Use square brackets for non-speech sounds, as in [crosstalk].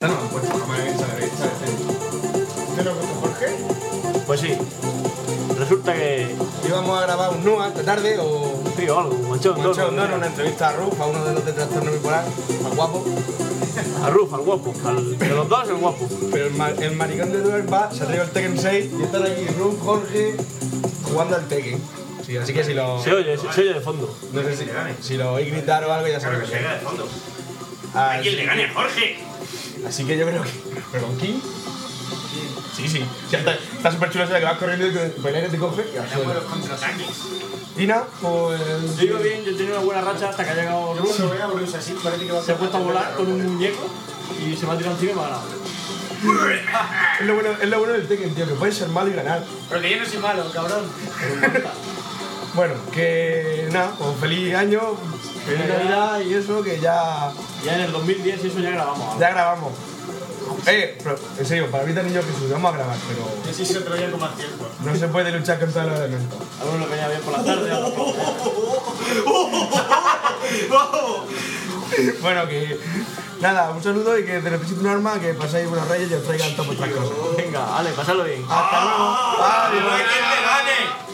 pues, Pues esta tarde o Sí, o algo, manchón, como he hecho todo, en una entrevista a Ruf, a uno de los de trastorno bipolar, más guapo, A Ruf, al guapo. Al, de los dos, el guapo. pero el, ma- el maricón de Duer va, se ha traído el Tekken 6 y están aquí Ruf, Jorge, jugando al Tekken. Sí, así que si lo, Se oye, se, se oye de fondo. no sé si, si lo oí gritar o algo ya Claro sabéis que que se haga de fondo. ¿A quién Así, le gane a Jorge? así que yo creo que... ¿Pero con quién? Sí, sí. Sí, está- Está súper chulo esa de que vas corriendo y te- el aire te coge y al suelo. los contraataques. Tina, pues... Yo iba bien, yo he tenido una buena racha hasta que ha llegado Bruno. Se ha puesto a volar con un muñeco y se me ha tirado encima y me ha ganado. Es lo, bueno, es lo bueno del Tekken, tío, que puedes ser malo y ganar. Porque yo no soy malo, cabrón. [laughs] Bueno, que nada, pues feliz año, feliz Navidad y eso, que ya, Ya en el 2010 y eso ya grabamos algo. ya grabamos. Eh, pero, en serio, para mí también yo Jesús, vamos a grabar, pero Yo sí se otro día como al tiempo. no se puede luchar contra los elementos. [laughs] A Bruno que ya bien por la tarde. a los pocos. Bueno, que nada, un saludo y que te necesito un arma, que pasáis buenos reyes y os traigan todas vuestras cosas. Venga, vale, pasarlo bien. Ah, Hasta luego. Adiós. quién le gane!